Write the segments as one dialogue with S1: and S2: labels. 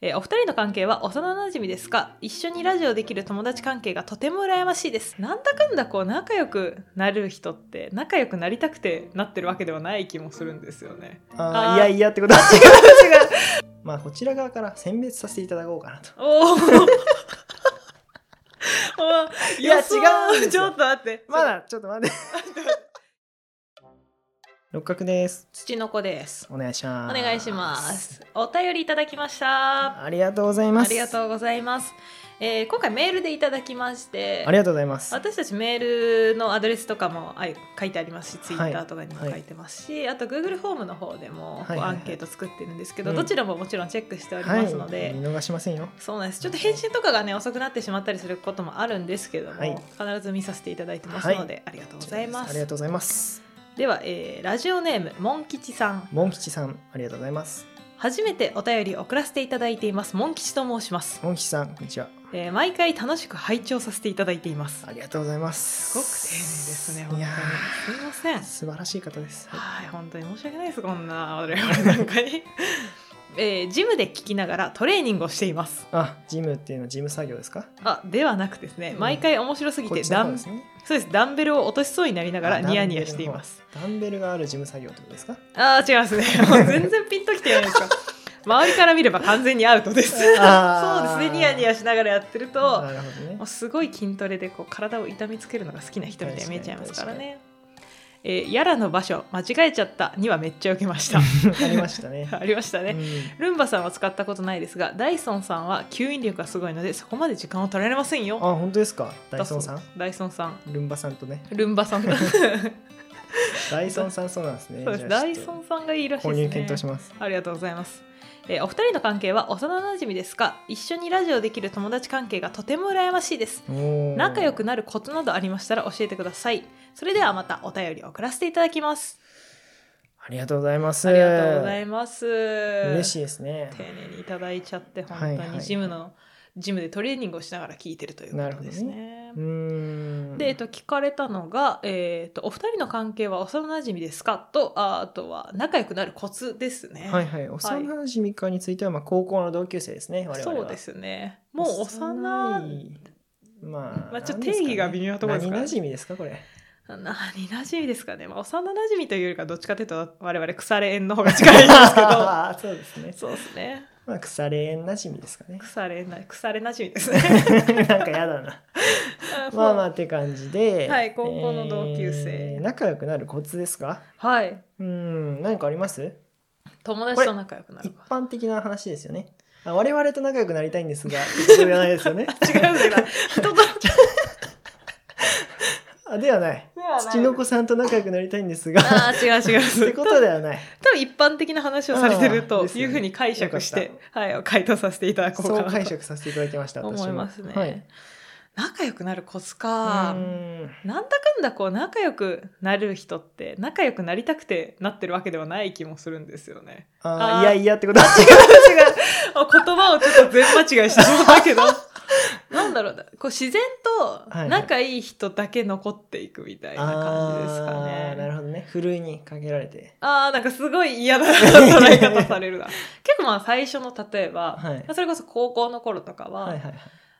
S1: えーお二人の関係は幼なじみですが一緒にラジオできる友達関係がとても羨ましいですなんだかんだこう仲良くなる人って仲良くなりたくてなってるわけではない気もするんですよねあー
S2: ああいやいやってこと
S1: 違う
S2: まあこちら側から選別させていただこうかなと
S1: おおい
S2: いや
S1: や違
S2: 違うん
S1: う
S2: です
S1: ち
S2: よ
S1: ょっと待って
S2: まだちょっと待って 六角です
S1: 土の子です
S2: お願いし
S1: お
S2: ます
S1: 願いしますお便りいただきました
S2: ありがとうございます
S1: ありがとうございます、えー今回メールでいただきまして
S2: ありがとうございます
S1: 私たちメールのアドレスとかもあい書いてありますしツイ
S2: はい
S1: ッターとかにも書いてますし、あと Google フォームの方でも
S2: は
S1: こ
S2: いうはいは
S1: ア
S2: い
S1: ンケート作ってるんですけど、
S2: うん
S1: どちらももちろんチェックしておりますので、
S2: はい、見逃しませんよ
S1: そうなんですちょっと返信とかがね遅くなってしまったりすることもあるんですけども、
S2: はい
S1: 必ず見させていただいてますので、ありがとうございま
S2: ありが
S1: す
S2: とうございます
S1: では、えーラジオネームモン吉さん
S2: モン吉さんありがとうございます
S1: 初めてお便り送らせていただいていますモン吉と申します、
S2: モン吉さんこんにちは
S1: えー毎回楽しく拝聴させていただいています
S2: ありがとうございます
S1: すごく丁寧ですね本当
S2: い
S1: に
S2: や
S1: すいません
S2: ー素晴らしい方ですは
S1: は
S2: い
S1: い、本当に申し訳ないです、こんな我々なんかに。 えージムで聞きながらトレーニングをしています。
S2: あジムっていうのはジム作業ですか
S1: あ、ではなくですね、毎回面白すぎ、
S2: こってちの
S1: ダ
S2: 方
S1: ン
S2: で
S1: そ
S2: すね
S1: うです、ダンベルを落としそうになりながら
S2: あ
S1: ニヤニヤしています。
S2: ダンベルがあるジム作業ってことで すか
S1: あー、違いますね。 もう全然ピンときてないですか。周りから見れば完全にアウトです。そう
S2: あー
S1: ですね、ニヤニヤしながらやってると、
S2: なるほどね
S1: もうすごい筋トレでこう体を痛みつけるのが好きな人みたいに見えちゃいますからね。えーやらの場所間違えちゃったにはめっちゃ受けま した
S2: ありましたね
S1: ありま したね、ルンバさんは使ったことないですがダイソンさんは吸引力がすごいのでそこまで時間を取られません
S2: うん
S1: よ
S2: あ本当ですかダイソンさ
S1: だそうダイソンさん
S2: んルンバさんとね
S1: ルンバ さんそう
S2: ダイソンさんそうなんですね
S1: です
S2: じゃあ
S1: ダイ
S2: ちょっと
S1: ソンさんがいいらしい
S2: 購
S1: ですね
S2: 入検討します
S1: ありがとうございます、えーお二人の関係は幼なじみですが一緒にラジオできる友達関係がとても羨ましいです仲良
S2: く
S1: くなるコツなどありましたら教えてくださいそれではまたお便りを送らせていただきます
S2: ありがとうございます
S1: ありがとうござい
S2: ま
S1: ます
S2: 嬉し
S1: 嬉
S2: いですね
S1: 丁寧にいただいちゃって本
S2: はい
S1: 当
S2: はい
S1: にジムの、ジムでトレーニングをしながら聞いてるというこ
S2: な
S1: と
S2: るほどね
S1: ですね
S2: う。ーん
S1: で、えっと、聞かれたのが、えっと「お二人の関係は幼なじみですか?」とああとは「仲良くなるコツ」ですね。
S2: はいはい幼馴染かについてはまあ高校の同級生ですね我々は
S1: そうですね。もう幼い
S2: いまあ
S1: まあちょっと
S2: なんですか
S1: 定
S2: ね
S1: 義が微妙なところですから
S2: 何馴染みですかこれ
S1: 何なじみですかね、まあ、幼なじみというよりかどっちかというと我々腐れ縁の 方が近いんですけど
S2: あーそうですね
S1: そうです ね
S2: まあ腐れ縁馴染みですか ね
S1: 腐れな腐れなじみです
S2: な
S1: ね。
S2: んかやだな まあまあって感じで
S1: はい高校の同級生
S2: えー仲良くなるコツですか
S1: はい
S2: うん何かあります
S1: 友達と仲良くなる
S2: 一
S1: か
S2: 般的な話ですよねあ我々と仲良くなりたいんですがそうじゃないで すよね
S1: 違うんだよな人と
S2: あではない土の子さんと仲良くなりたいんです が
S1: ああ違う違う
S2: ってことではない
S1: 多分一般的な話をされてる
S2: あー
S1: と
S2: です
S1: い
S2: よ
S1: う
S2: ね
S1: ふうに解釈し
S2: よ
S1: て
S2: かっ、
S1: はい、回答させていただこうか
S2: そう
S1: な
S2: 解
S1: と
S2: 釈させていただきました私も
S1: 思いますね。
S2: はい
S1: 仲良くなるコツ
S2: う
S1: か。
S2: ーん
S1: なんだかんだこう仲良くなる人って仲良くなりたくてなってるわけではない気もするんですよね。
S2: あ
S1: あ
S2: ー
S1: ー
S2: いやい やってこと
S1: 違う違う言葉をちょっと全間違いしてしまったけ どなんだろうなこう自然
S2: はいは
S1: と
S2: い
S1: 仲いい人だけ残っていくみたいな感じですかね。
S2: あーなるほどねふるいにかけられて
S1: あーなんかすごい嫌な捉え方されるな 結構まあ最初の例えば、
S2: はい
S1: それこそ高校の頃とかは、
S2: はいはいは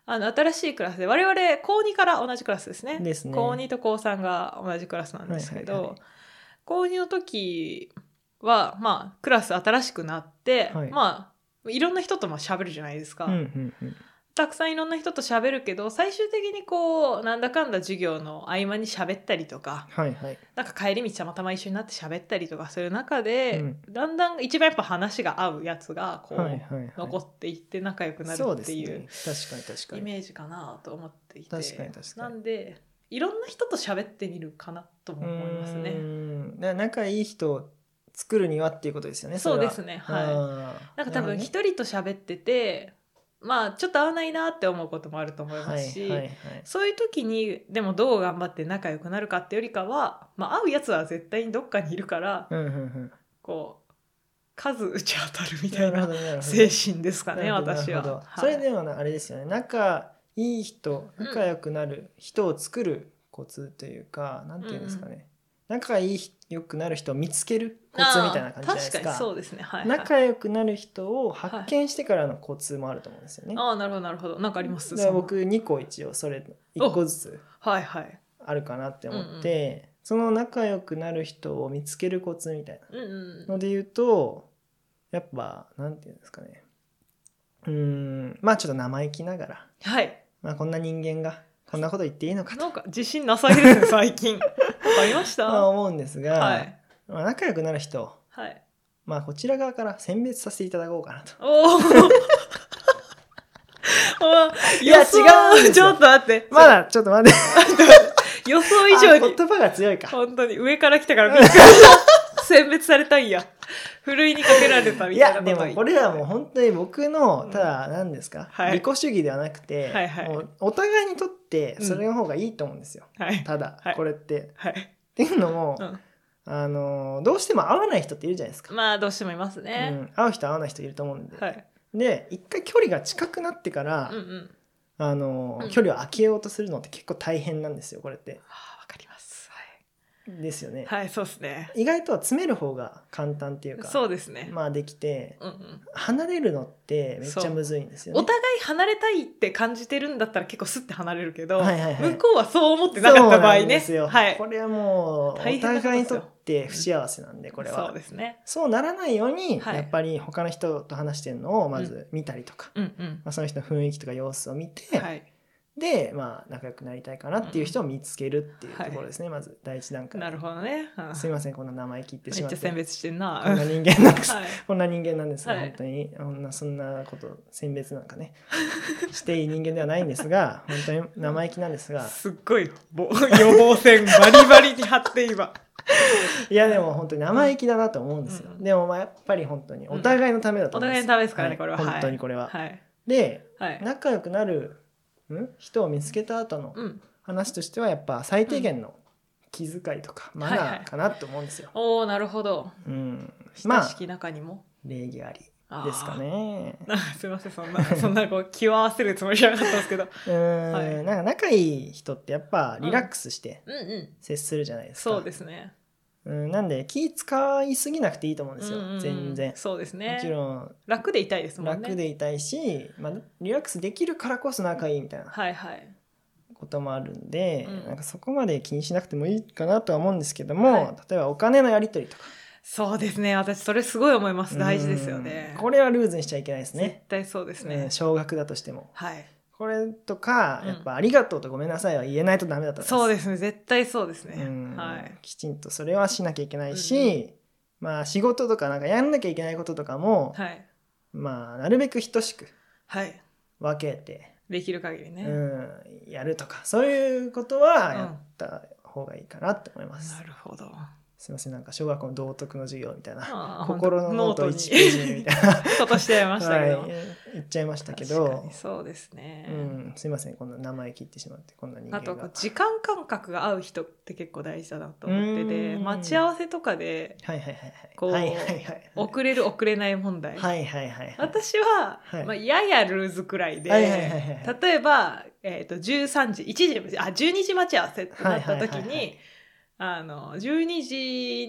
S1: あの新しいクラスで我々高2から同じクラスですね
S2: いですね
S1: 高2と高3が同じクラスなんですけど、
S2: はいはいはい
S1: 高2の時はまあクラス新しくなって、
S2: はい
S1: まあいろんな人とまあ喋るじゃないですか、
S2: うんうんうん
S1: たくさんいろんな人と喋るけど最終的にこうなんだかんだ授業の合間に喋ったりとか、
S2: はいはい
S1: なんか帰り道たまたま一緒になって喋ったりとかする中で、
S2: う
S1: だんだん一番やっぱ話が合うやつがこう、
S2: はいはいはい
S1: 残っていって仲良くなる
S2: そう
S1: っ
S2: です
S1: ていう
S2: ね確かに確か
S1: イ
S2: に
S1: メージかなと思っていて
S2: 確かに確かに
S1: なんでいろんな人と喋ってみるかなとも思います
S2: う
S1: ね。
S2: ーんだから仲いい人を作るにはっていうことですよね
S1: そう
S2: れ
S1: で
S2: は
S1: すねはい
S2: あー
S1: なんか多分
S2: る
S1: 一人と喋ってて、まあちょっと合わないなって思うこともあると思い
S2: ほど
S1: ま
S2: ね
S1: すし、
S2: はいはいはい
S1: そういう時にでもどう頑張って仲良くなるかってよりかは、まあ、会うやつは絶対にどっかにいるから
S2: うんうんうん
S1: こう数打ち当たるみた
S2: ないる
S1: な
S2: ほどなるほど
S1: 精神ですか
S2: な
S1: ね
S2: るほど
S1: 私
S2: なるほ
S1: は
S2: ど。
S1: はい
S2: それではなあれですよね仲いい人
S1: うん
S2: 仲良くなる人を作るコツというか、なんていうんですかね、仲いい良くなる人を見つけるコツみたいな感じじゃないです
S1: あー確かに
S2: か
S1: そうですねはい、はい、
S2: 仲良くなる人を発見してからのコツもあると思うんですよね。
S1: ああなるほどなるほどなんかあります
S2: だから
S1: その
S2: 僕2個一応それ1個ずつ
S1: はいはい
S2: あるかなって思って、その仲良くなる人を見つけるコツみたい
S1: うんうん
S2: なので言うとやっぱなんていうんですかねうーんまあちょっと生意気ながら、
S1: はい
S2: まあ、こんな人間がこんなこと言っていいのかと
S1: なんか自信なさげですね最近 わかりました
S2: まあ思うんですが、
S1: はい
S2: まあ、仲良くなる人、
S1: はい
S2: まあ、こちら側から選別させていただこうかなと。
S1: おお
S2: いや違うんです
S1: ち
S2: よ
S1: ょっと待って
S2: まだちょっと 待って
S1: 予想以上
S2: あ
S1: に
S2: 言葉が強いか。
S1: 本当に上から来たからびっくりした 選別されたんやふるいにかけられた
S2: い
S1: みたいな
S2: や
S1: こと
S2: でもこれはもう本当に僕のただ何ですか、
S1: はい
S2: 利己主義ではなくて、
S1: はいはい
S2: もうお互いにとってそれの方がいいと思うんですよ、
S1: はい
S2: ただ
S1: はい
S2: これって。っ
S1: はい、
S2: ていうのも、
S1: うん
S2: あのーどうしても会わない人っているじゃないですか、
S1: まあどうしてもいます
S2: う
S1: ね、
S2: ん、会う人会わない人いると思うんで、
S1: はい
S2: で一回距離が近くなってから、
S1: うんうん
S2: あのー
S1: うん
S2: 距離を空けようとするのって結構大変なんですよこれって
S1: あ。ーわかりますは
S2: ですよね。
S1: い、はい、そうですね
S2: 意外とは詰める方が簡単っていうか
S1: そうですね、
S2: まあできて
S1: うんうん
S2: 離れるのってめっちゃむずいんですよね。
S1: お互い離れたいって感じてるんだったら結構スッて離れるけど、
S2: はいはいはい
S1: 向こうはそう思ってなかった場合
S2: そうなん
S1: ね
S2: ですよ
S1: はい
S2: これはもうお
S1: 大変なことで
S2: 互い
S1: すよ
S2: にとって不幸せなんでこれは
S1: そうですね
S2: そうならないように、
S1: はい
S2: やっぱり他の人と話してるのをまず見たりとか、
S1: うんうん
S2: まあ、その人の雰囲気とか様子を見て、
S1: はい
S2: で、まあ、仲良くなりたいかなっていう人を見つけるっていうところですね、まず第一段階
S1: なるほどね、うん
S2: すいませんこんな生意気言ってし
S1: めっ
S2: まっ
S1: ちゃ
S2: て
S1: 選別してんな
S2: こんな人間なんで す、
S1: はい
S2: こんな人間なんですが、
S1: はい
S2: 本当にこんなそんなこと選別なんかねしていい人間ではないんで すが本当に生意気なんですが
S1: すっごい ぼ予防線バリバリに張って今
S2: いやでも本当に生意気だなと思うんですよ、
S1: うん
S2: でもまあやっぱり本当にお互いのためだと
S1: お
S2: 思うんで
S1: 互いのためで
S2: すよ、
S1: すからねこれは、
S2: 本当にこれは、
S1: はい
S2: で
S1: はい、
S2: 仲良くなるん人を見つけた後の
S1: うん、
S2: 話としてはやっぱ最低限の気遣いとかマナーかなと思うんですよ、
S1: おおなるほど
S2: うん、ま
S1: 親
S2: あ
S1: しき中にも、
S2: 礼儀あり
S1: あー
S2: ですかね
S1: なんか すいませんそんなそんなこう気を合わせるつもりじゃなかったんですけど
S2: うーん、
S1: はい
S2: なんか仲いい人ってやっぱリラックスして
S1: うんうん
S2: 接するじゃないですか、
S1: そうですね
S2: うん、なんで気使いすぎなくていいと思うんですよ、
S1: うんうんうん
S2: 全然、
S1: そうですね
S2: もちろん
S1: 楽でいたいですもんね
S2: 楽でいたいし、まあ、リラックスできるからこそ仲いいみたいな
S1: はいはい
S2: こともあるんで、
S1: うん
S2: なんかそこまで気にしなくてもいいかなとは思うんですけども、
S1: はい
S2: 例えばお金のやり取りとか
S1: そうですね私それすごい思います大事ですよね
S2: うんこれはルーズにしちゃいけないです
S1: 絶
S2: ね
S1: 対そうですね、
S2: うん少額だとしても
S1: はい
S2: これとか
S1: うん
S2: やっぱ「ありがとう」と「ごめんなさい」は言えないとダメだと
S1: そう
S2: で
S1: ですね絶対そうですね、
S2: うん
S1: はい
S2: きちんとそれはしなきゃいけない
S1: うん
S2: し、まあ仕事とかなんかやんなきゃいけないこととかも、
S1: はい
S2: まあなるべく等しく
S1: はい
S2: 分けて
S1: できる限りね、
S2: うん、やるとかそういうことはやった方がいいかなって思います、
S1: なるほど
S2: すいませんなんか小学校の道徳の授業みたいな
S1: あー
S2: 心のノー
S1: ほ
S2: ト
S1: んと
S2: 1ページみ
S1: に
S2: た いな
S1: ちょっとしてやりましたけど、
S2: はい、言っちゃいましたけ
S1: 確か
S2: ど
S1: に、そうですね、
S2: うん、すいませんこんな名前切ってしまってこんな人間
S1: あ
S2: が
S1: とこう時間感覚が合う人って結構大事だなと思ってて
S2: うん
S1: 待ち合わせとかで
S2: はいはい
S1: こう
S2: はいはいはいはいはい
S1: 遅れる遅れない問題、
S2: はいはいはいはい
S1: 私は、
S2: はい
S1: まあ、ややルーズくらいで、
S2: はいはいはいはい
S1: 例えば、えー、と13時1時あ12時待ち合わせってなった時に、
S2: はいはいはいはい
S1: あの12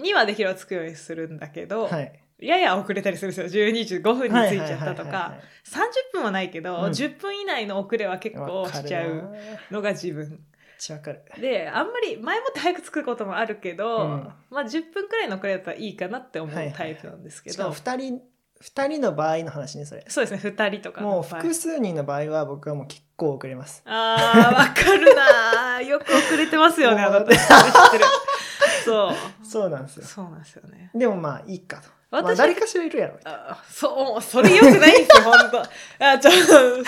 S1: 時にはできれば着くようにするんだけど、
S2: はい
S1: やや遅れたりするんですよ12時5分に着いちゃったと
S2: はいはいはいは
S1: か30分はないけど、
S2: うん
S1: 10分以内の遅れは結
S2: いはい
S1: 構しちゃ
S2: わかる
S1: う
S2: なめっ
S1: のが自分。
S2: ちゃわかる
S1: であんまり前もって早く着くこともあるけど、
S2: うん
S1: まあ、10分くらいの遅れだったらいいかなって思う
S2: はいはい
S1: タ
S2: はい
S1: イプなんですけ
S2: し
S1: ど、
S2: かも2人二人の場合の話ねそれ
S1: そうですね2人とか
S2: も
S1: の
S2: う
S1: 場合
S2: 複数人の場合は僕はもう結構遅れます
S1: あーわかるなー よく遅れてますよね
S2: も
S1: あ
S2: う
S1: な た知ってるそう
S2: そうなんですよ
S1: そうなんですよね
S2: でもまあいいかと。
S1: 私
S2: まあ、誰かしらいるやろ。
S1: あそうもうそれよくないん ですよ本当あちょそんな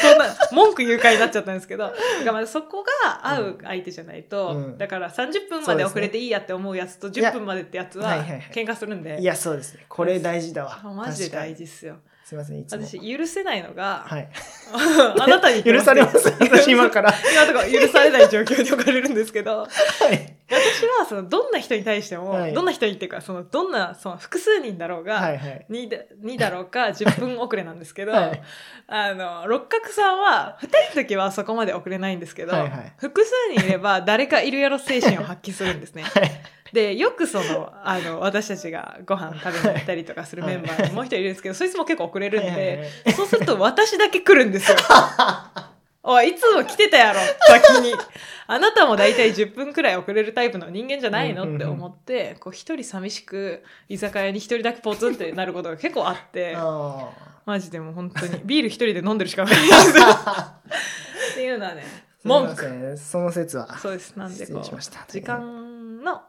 S1: 文句誘拐になっちゃったんですけどだからまあそこが合う相手じゃないと、
S2: うん
S1: だから30分まで遅れていいやって思うやつと
S2: ですね
S1: 10分までってやつ
S2: いや
S1: は
S2: はいはいはい
S1: 喧嘩するんで、
S2: いやそうですね。これ大事だわ。
S1: マジで大事
S2: 確かに
S1: っすよ
S2: すみませんいつも。
S1: 私許せないのが、
S2: はい。
S1: あなたに
S2: 許されます私今 からら。
S1: 今とか許されない状況に置かれるんですけど
S2: はい。
S1: 私はそのどんな人に対しても、
S2: はい
S1: どんな人にっていうかそのどんなその複数人だろうが、
S2: はいはい。
S1: 2, だ2だろう か10分遅れなんですけど、
S2: はい
S1: あの六角さんは2人の時はそこまで遅れないんですけど、
S2: はいはい
S1: 複数人いれば誰かいるやろ精神を発揮するんですね。
S2: はい。
S1: でよくそのあの私たちがご飯食べに行ったりとかするメンバーにもう一人いるんですけどそいつも結構遅れるんで、
S2: はいはいはい
S1: そうすると私だけ来るん ですよ。おいいつも来てたやろ先にあなたも大体10分くらい遅れるタイプの人間じゃないのって思ってこう一人寂しく居酒屋に一人だけポツンってなることが結構あって
S2: あ
S1: マジでもう本当にビール一人で飲んでるしかない です
S2: あ。
S1: っていうのはね
S2: 文
S1: 文
S2: 句
S1: 句
S2: その説は。
S1: そうですなんで
S2: 失
S1: こ
S2: 礼しま
S1: う
S2: した。
S1: 時間の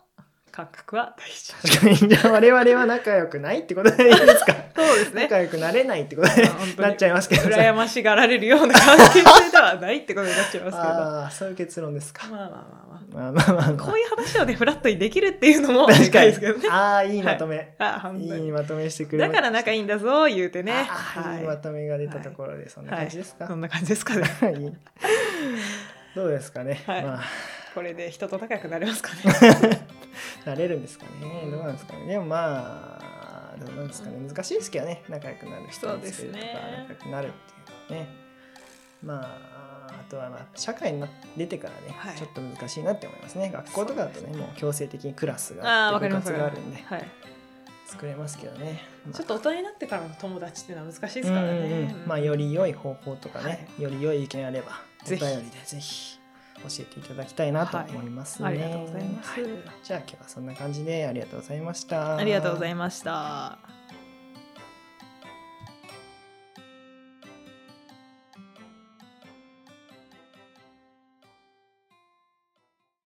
S1: 感覚は大事
S2: 確かに。じゃあ我々は仲良くないってことでいいで すか
S1: そうですね
S2: 仲良くなれないってことで
S1: あ本当に
S2: なっちゃいますけど。
S1: 羨ましがられるような関係性ではないってことになっちゃいますけどまあ
S2: ああ、そういう結論ですか。
S1: まあまあま
S2: まあまあまあ
S1: あ
S2: ま
S1: こ
S2: あ
S1: う。いう話をねフラットにできるっていうのも
S2: 確
S1: でか
S2: か
S1: い
S2: に
S1: ですけどね。
S2: ああ、いいまとめ。
S1: あ本当
S2: いい
S1: に
S2: まとめしてくれ
S1: だ
S2: ま
S1: から仲いいんだぞ言うてね
S2: あーいいま
S1: は
S2: とめが出たところでそん
S1: い
S2: な感じです
S1: はい、そ
S2: か。
S1: んな感じですかね
S2: はい。どうですかね。
S1: はい
S2: まあ
S1: これで人と仲良くなれますかね
S2: なれるんですかね。どうなんですかね。でもまあどうなんですかね。難しいですけどね。仲良くなる人
S1: そう
S2: 見
S1: で
S2: つ
S1: す
S2: けるとか
S1: ね
S2: 仲良くなるっていうのはね。まあ。あとはまあ社会にな出てからね、
S1: はい
S2: ちょっと難しいなって思いますね学校とかだとねもう強制的にクラス
S1: あ
S2: が
S1: あ
S2: あっ
S1: わ
S2: て
S1: かり
S2: 部
S1: ます
S2: 活
S1: わか
S2: が
S1: り
S2: あるん
S1: ま
S2: です
S1: はい
S2: 作れますけどね、まあ
S1: ちょっと大人になってからの友達っていうのは難しいです
S2: うん
S1: か
S2: う
S1: らね、
S2: んうんまあより良い方法とかね、より良い意見あればお
S1: ぜ
S2: 便
S1: ひ
S2: りでぜひ教えていただきたいなと思いますね、
S1: ありがとうございます、
S2: はいじゃあ今日はそんな感じでありがとうございました
S1: ありがとうございました